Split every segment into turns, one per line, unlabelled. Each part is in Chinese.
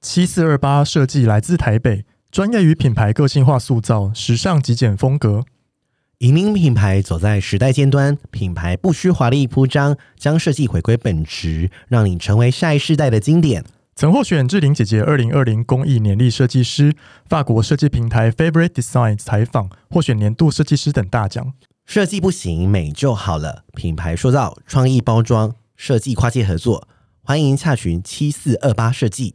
七四二八设计来自台北，专业于品牌个性化塑造、时尚极简风格。
引领品牌走在时代尖端，品牌不需华丽铺张，将设计回归本质，让你成为下一世代的经典。
曾获选志玲姐姐二零二零公益年历设计师、法国设计平台 Favorite Design 采访获选年度设计师等大奖。
设计不行，美就好了。品牌塑造、创意包装、设计跨界合作，欢迎洽询七四二八设计。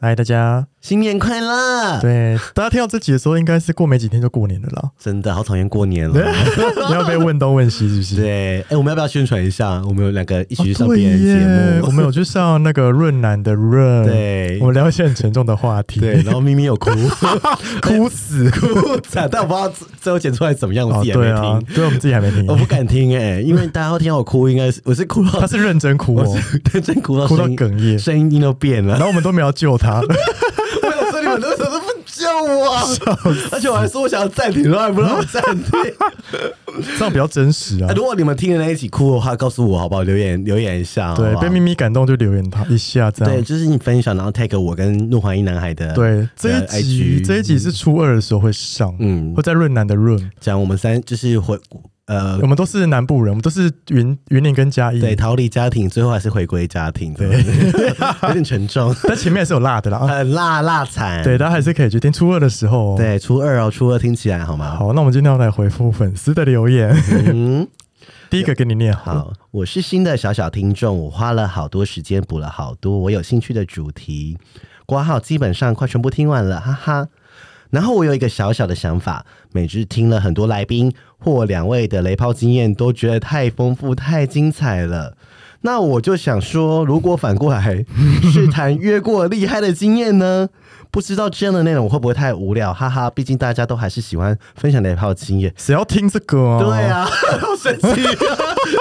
嗨，大家，
新年快乐！
对大家听到这集的时候，应该是过没几天就过年了啦。
真的好讨厌过年了。
你要被问东问西是不是？
对，哎、我们要不要宣传一下？我们有两个一起去
哦
上
对
别人节
耶，
目，
我们有去上那个润南的润，，
对
我们聊一些很沉重的话题，
对，然后咪咪有哭
哭死，
哭惨，但我不知道最后剪出来怎么样，我
哦
自己还没
对
听，
啊，对我们自己还没听，
我不敢听哎、因为大家会听到我哭，应该是我是哭
他
到
是认真哭哦，
认真哭到
哭到
声音
哽咽，
声音都变
然
了。
后我们都没有救 他，
我想说你们都什么不叫
啊
我、而且我还说我想要暂停，然后还不让我暂 停。
这样比较真实啊
啊。如果你们听了那一起哭的话，告诉我好不好？留言留言一下好不
对
好，啊
被咪咪感动就留言他一下这
对，
样。
就是你分享，然后 tag 我跟怒华一男孩的，，
对，这一
呃
集
，IG
这一集是初二的时候会上，
嗯
会，在润南的润，
讲我们三就是回呃
我，们都是南部人，我们都是云云林跟嘉义，
对，逃离家庭，最后还是回归家庭，对， 有点沉重，
但前面还是有辣的啦。啊
很辣辣惨，
对，大家还是可以去听初二的时候、哦。，
哎对，初二哦，初二听起来好吗？
好，那我们今天要来回复粉丝的留言，
嗯，
第一个给你念好了。
好，我是新的小小听众，我花了好多时间补了好多我有兴趣的主题，挂号基本上快全部听完了，哈哈。然后我有一个小小的想法，每日听了很多来宾或两位的雷炮经验，都觉得太丰富、太精彩了。那我就想说，如果反过来是谈约过厉害的经验呢？ 不知道这样的内容会不会太无聊？哈哈，毕竟大家都还是喜欢分享雷炮经验。
谁要听这个啊？
对，啊，好生气，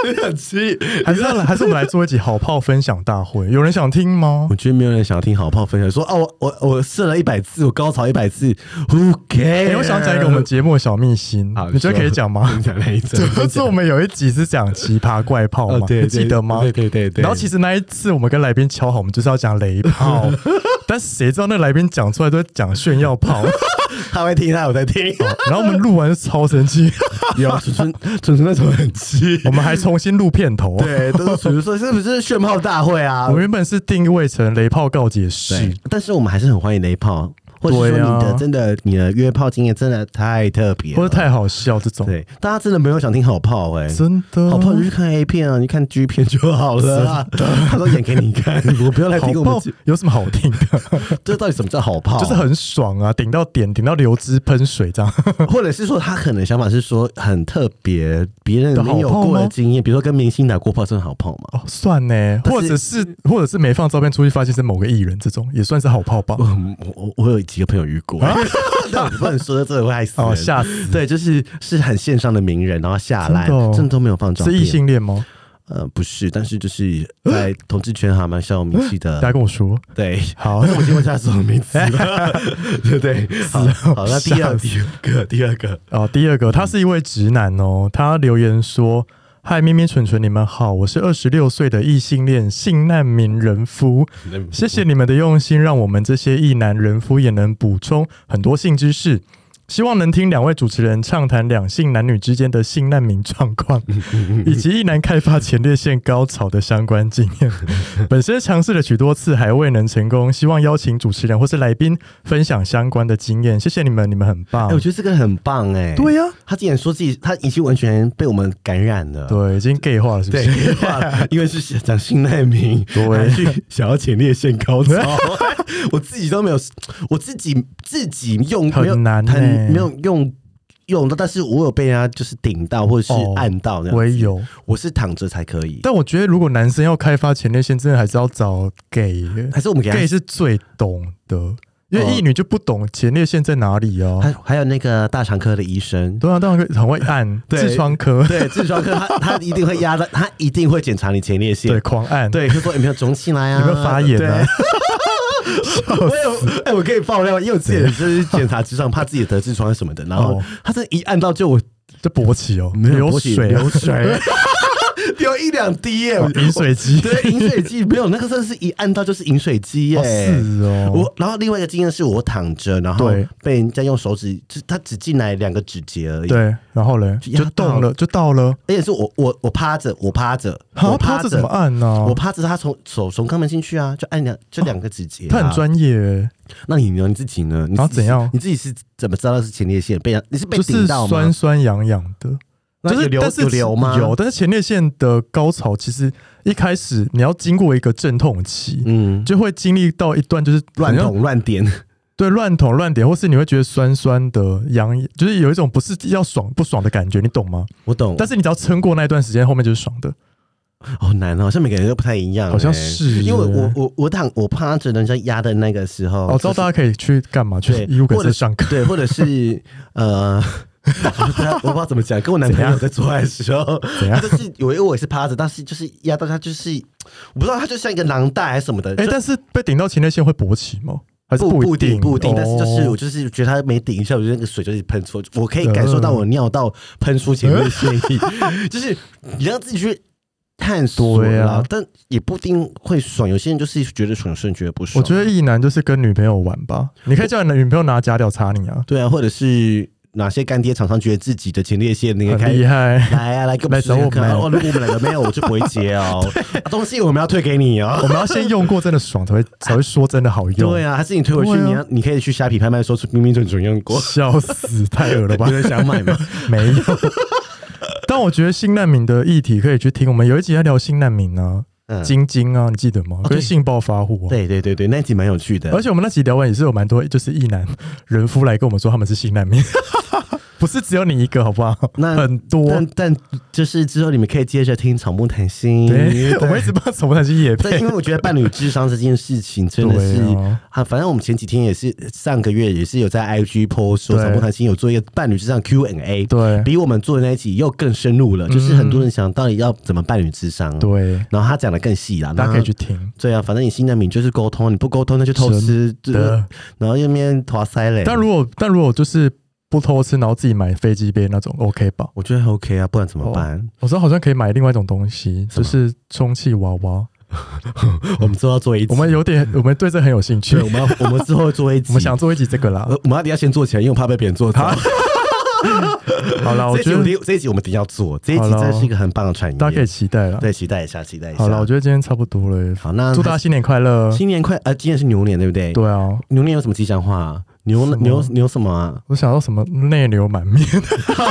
有点气。
还是要 来还是我们来做一集好炮分享大会，有人想听吗？
我觉得没有人想要听好炮分享，说哦，我我我试了一百次，我高潮一百次，Who cares？、
哎，我想讲一个我们节目的小秘辛
啊好，，
你觉得可以讲吗？
你讲那一次，
就是我们有一集是讲奇葩怪炮
哦
嘛，，
对，
你记得吗？
对对对对。
然后其实那一次我们跟来宾敲好，我们就是要讲雷炮， 但是谁知道那来宾讲出来都在讲炫耀炮，
他会听，他有在听。
然后我们录完就超生 气，
哦有啊纯纯纯纯那时候很气，
我们还重新录片头。
对，都是纯纯说是不是炫炮大会啊
哦我？们原本是定位成雷炮告解
对
室，，
但是我们还是很欢迎雷炮，或者说
对啊
你的真的你的约炮经验真的太特别了，
或者太好笑这种，
对，大家真的没有想听好炮哎、
真的
好炮就去看 A 片啊，你看 G 片就好了、啊。他都演给你看， 我不要来听我
好
们
炮有什么好 听的？
这到底什么叫好炮？
就是很爽啊，顶到点，顶到流汁喷水这样。
或者是说他可能想法是说很特别，别人
的好
没有
炮
过的
吗
经验，比如说跟明星打过炮，算好炮吗？
哦，算呢，
但是
或者是或者是没放照片出去，发现是某个艺人，这种也算是好炮吧？
嗯我我我有几个朋友遇过， 但我啊不能说这个会害死
哦，
人。
吓死！
对，就是是很线上的名人，然后下来
真的哦
真的都没有放照
是
片。
异性恋吗？
呃不是，但是就是在同志圈还蛮小有名气
大家
的。
跟我说。
对，
好
好，，那我先问一下什么名字吧？ 对对，好，好，那第
吓
二
死
第二个第二个，
哦，第二个，他是一位直男哦，他留言说：“嗨，咪咪蠢蠢，你们好，我是二十六岁的异性恋性难民人夫，谢谢你们的用心，让我们这些异男人夫也能补充很多性知识。”希望能听两位主持人畅谈两性男女之间的性难民状 况，以及一男开发前列腺高潮的相关经 验。本身尝试了许多次，还未能成功，希望邀请主持人或是来宾分享相关的经验。谢谢你们，你们很棒。
哎，我觉得这个很棒哎。
对啊呀、
他竟然说自己，他已经完全被我们感染了。
对，已经 gay 化了，是不
对
是？，
因为是讲性难民，
对
还去想要前列腺 高潮，我自己都没有，我自己自己用没有
很难
很
欸
没有用用到，但是我有被人家就是顶到或者是
哦
按到那样。
我也有，
我是躺着才可以，
但我觉得如果男
哎
生要开发前列腺，真的还是要找 gay，gay
还是我们给他
是最懂的，因
哦
为一女就不懂前列腺在哪里哦。
还还有那个大肠科的医生，
对啊，当然很会按
对
痔疮科，
对，痔疮科他他一定会压的，他一定会检查你前列腺，
对，狂按，，
对，就说有没有肿起来啊，
有没有发炎啊？ 哦
对？我有，哎，我可以爆料，因为我自己也就是检查痔疮，怕自己得痔疮什么的，然后
哦
他这一按到就我
就勃起哦，
没有勃
流
起
水，
流
水，
丢一两滴耶，
饮水机，
对，饮水机没有那个真的是一按到就是饮水机耶、
哦是哦
我然后另外一个经验是我躺着，然后
对
被人家用手指，就他只进来两个指节而已。，
对，然后嘞
压到
就动了，就到了，
而且是我我我趴着，我趴着，
啊
我
趴着怎么按啊呢
我趴着，他从手从肛门进去啊，就按两就两个指节、啊
他很。专业欸，
那你呢？你自己呢？你
然后
自己
怎样
你自己是怎么知道是前列腺被人你是被
就
顶
是
到吗？
酸酸痒痒的。
那
就是
有流
但是
有流吗？
有，但是前列腺的高潮其实一开始你要经过一个阵痛期，
嗯，
就会经历到一段就是
乱
好像，
捅乱点，
对乱捅乱点，或是你会觉得酸酸的痒，就是有一种不是要爽不爽的感觉，你懂吗？
我懂，
但是你只要撑过那一段时间，后面就是爽的。
好难哦，好像每个人都不太一样欸、
好像是
因为我
耶
我我躺我趴着人家压的那个时候，
我知道
哦就是
大家可以去干嘛？去
对
医务科
或者
室上课。
对，或 者是呃。 我不知道怎么讲，跟我男朋友在做爱的时候，他就是以为我也是趴着，但是就是压到他，就是我不知道他就像一个囊袋还是什么的，
哎、
就
但是被顶到前列腺会勃起吗？还是
不
一
不顶不顶，但是就是我
哦
就是觉得他每顶一下，我就那个水就是喷出，我可以感受到我尿道喷出前
嗯
列腺液， 就是你让自己去探索
对
啦
啊，
但也不一定会爽。有些人就是觉得爽，有些人觉得不爽。
我觉得异男就是跟女朋友玩吧，你可以叫你的女朋友拿假屌插你啊，
对啊，或者是哪些干爹厂商觉得自己的前列腺那个
很
开
厉害。
来啊，来给我们
来
试试
找
看。
我
哦，如果我们两个没有，我就不会 接哦。啊东西我们要退给你哦。
我们要先用过真的爽，才会才会说真的好用。
对啊，还是你退回去，
对啊
你要你可以去虾皮拍卖说出明明准准用 过。
笑死，太恶了吧
有？人想买吗？
没有。但我觉得新难民的议题可以去听，我们有一集在聊新难民啊，
嗯，
晶晶啊，你记得吗？
哦对
跟性暴发户、啊。。
对对对对，那一集蛮有趣的。
而且我们那集聊完也是有蛮多，就是异男人夫来跟我们说他们是新难民， 不是只有你一个，好不好？
那
很多，
但但就是之后你们可以接着听草木谈心。
对， 我们一直帮什么才是野
对，
配
因为我觉得伴侣智商这件事情真的是
对啊
啊，反正我们前几天也是上个月也是有在 IG po 说，
对
小莫谈心有做一个伴侣智商 Q&A，
对嗯
比我们做的那一集又更深入了，就是很多人想到底要怎么伴侣智商，，
对，
然后他讲的更细啦，
大家可以去
然后。
听。
对啊，反正你新难民就是沟通，你不沟通那就偷吃，就
真的
然后又面拖塞嘞。
但如果但如果就是不偷吃，然后自己买飞机杯那种，OK 吧？
我觉得 OK 啊，不然怎么办？
我知道好像可以买另外一种东西，就是充气娃娃。
我们之后要做一集，
哦我们有点， 我们对这很有兴趣
对，我，们要我们之后会做一集，
我们想做一集这个啦。
呃我们要底要先做起来，因为我怕被别人做走。
好啦，我
这一集
觉
我
得
们这一集我们一定要做，这一集
好
真
了
的是一个很棒的产业，
大家可以期待啦。
对期待一下，期待一下。
好了，我觉得今天差不多了耶。
好那
祝大家新年快乐。
新年快呃，今年是牛年对不对？
对啊，
牛年有什么吉祥话啊？牛牛牛什么 啊？
我想到什么内流满面，
好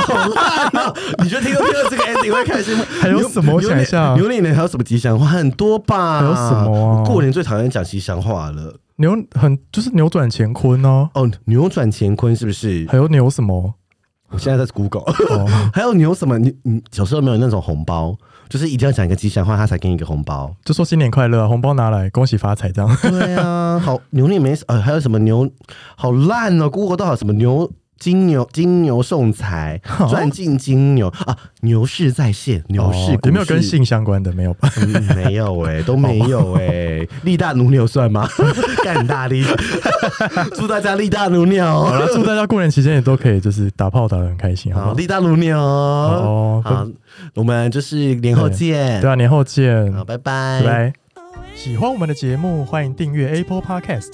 烂哦！你觉得听到听到这个 ending 会开心吗？
还有什么我想一下
牛年牛年还有什么吉祥话？很多吧？
还有什么啊
我过年最讨厌讲吉祥话了。
牛很就是扭转乾坤哦，
哦，扭转乾坤是不 是？
还有扭什么？
我现在在 Google。
哦，
还有牛什么？你你小时候有没有那种红包？就是一定要讲一个吉祥话，他才给你一个红包。
就说新年快乐啊，红包拿来，恭喜发财这样。
对啊， 好牛年没呃，还有什么牛好烂哦，Google 都好什么牛金牛金牛送财
好
赚进金牛啊，牛市在线，牛市、
哦有没有
股市
跟、性相关的？没有吧？
嗯没有哎、都没有哎、力大如牛 算吗？干大力， 祝大家力大如 牛，
好了，祝大家过年期间也都可以就是打炮打得很开心，好不
好
好？
力大如牛，
哦
好，我们就是年后见
对，啊，年后见，
好，拜
拜拜。喜欢我们的节目，欢迎订阅 Apple Podcast，